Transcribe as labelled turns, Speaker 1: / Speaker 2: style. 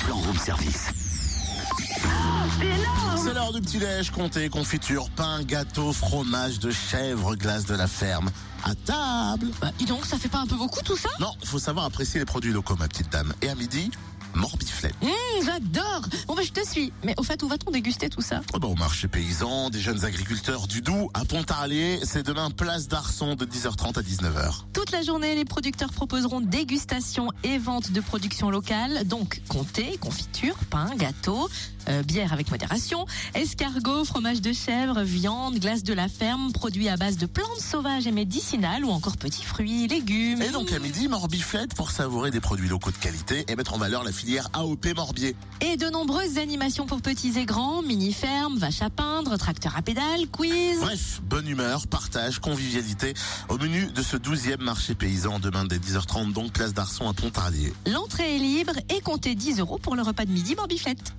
Speaker 1: plan room service. C'est l'heure du petit-déj, comté, confiture, pain, gâteau, fromage de chèvre, glace de la ferme. À table
Speaker 2: Bah, dis donc, ça fait pas un peu beaucoup tout ça
Speaker 1: Non, faut savoir apprécier les produits locaux, ma petite dame. Et à midi, morbiflette.
Speaker 2: Hum, J'adore Bon bah je te suis. Mais au fait, où va-t-on déguster tout ça
Speaker 1: Oh bah, au marché paysan, des jeunes agriculteurs du Doubs à Pontarlier, c'est demain place d'Arson de 10h30 à 19h.
Speaker 2: Toute la journée, les producteurs proposeront dégustation et vente de production locale, donc comté, confiture, pain, gâteau, euh, bière avec modération, escargot, fromage de chèvre, viande, glace de la ferme, produits à base de plantes sauvages et médicinales ou encore petits fruits, légumes.
Speaker 1: Et donc à midi, morbiflette pour savourer des produits locaux de qualité et mettre en valeur la filière AOP Morbier.
Speaker 2: Et de nombreuses animations pour petits et grands, mini-fermes, vaches à peindre, tracteurs à pédale, quiz.
Speaker 1: Bref, bonne humeur, partage, convivialité au menu de ce 12e marché paysan demain dès 10h30 donc place d'Arson à Pontarlier.
Speaker 2: L'entrée est libre et comptez 10 euros pour le repas de midi barbiflette.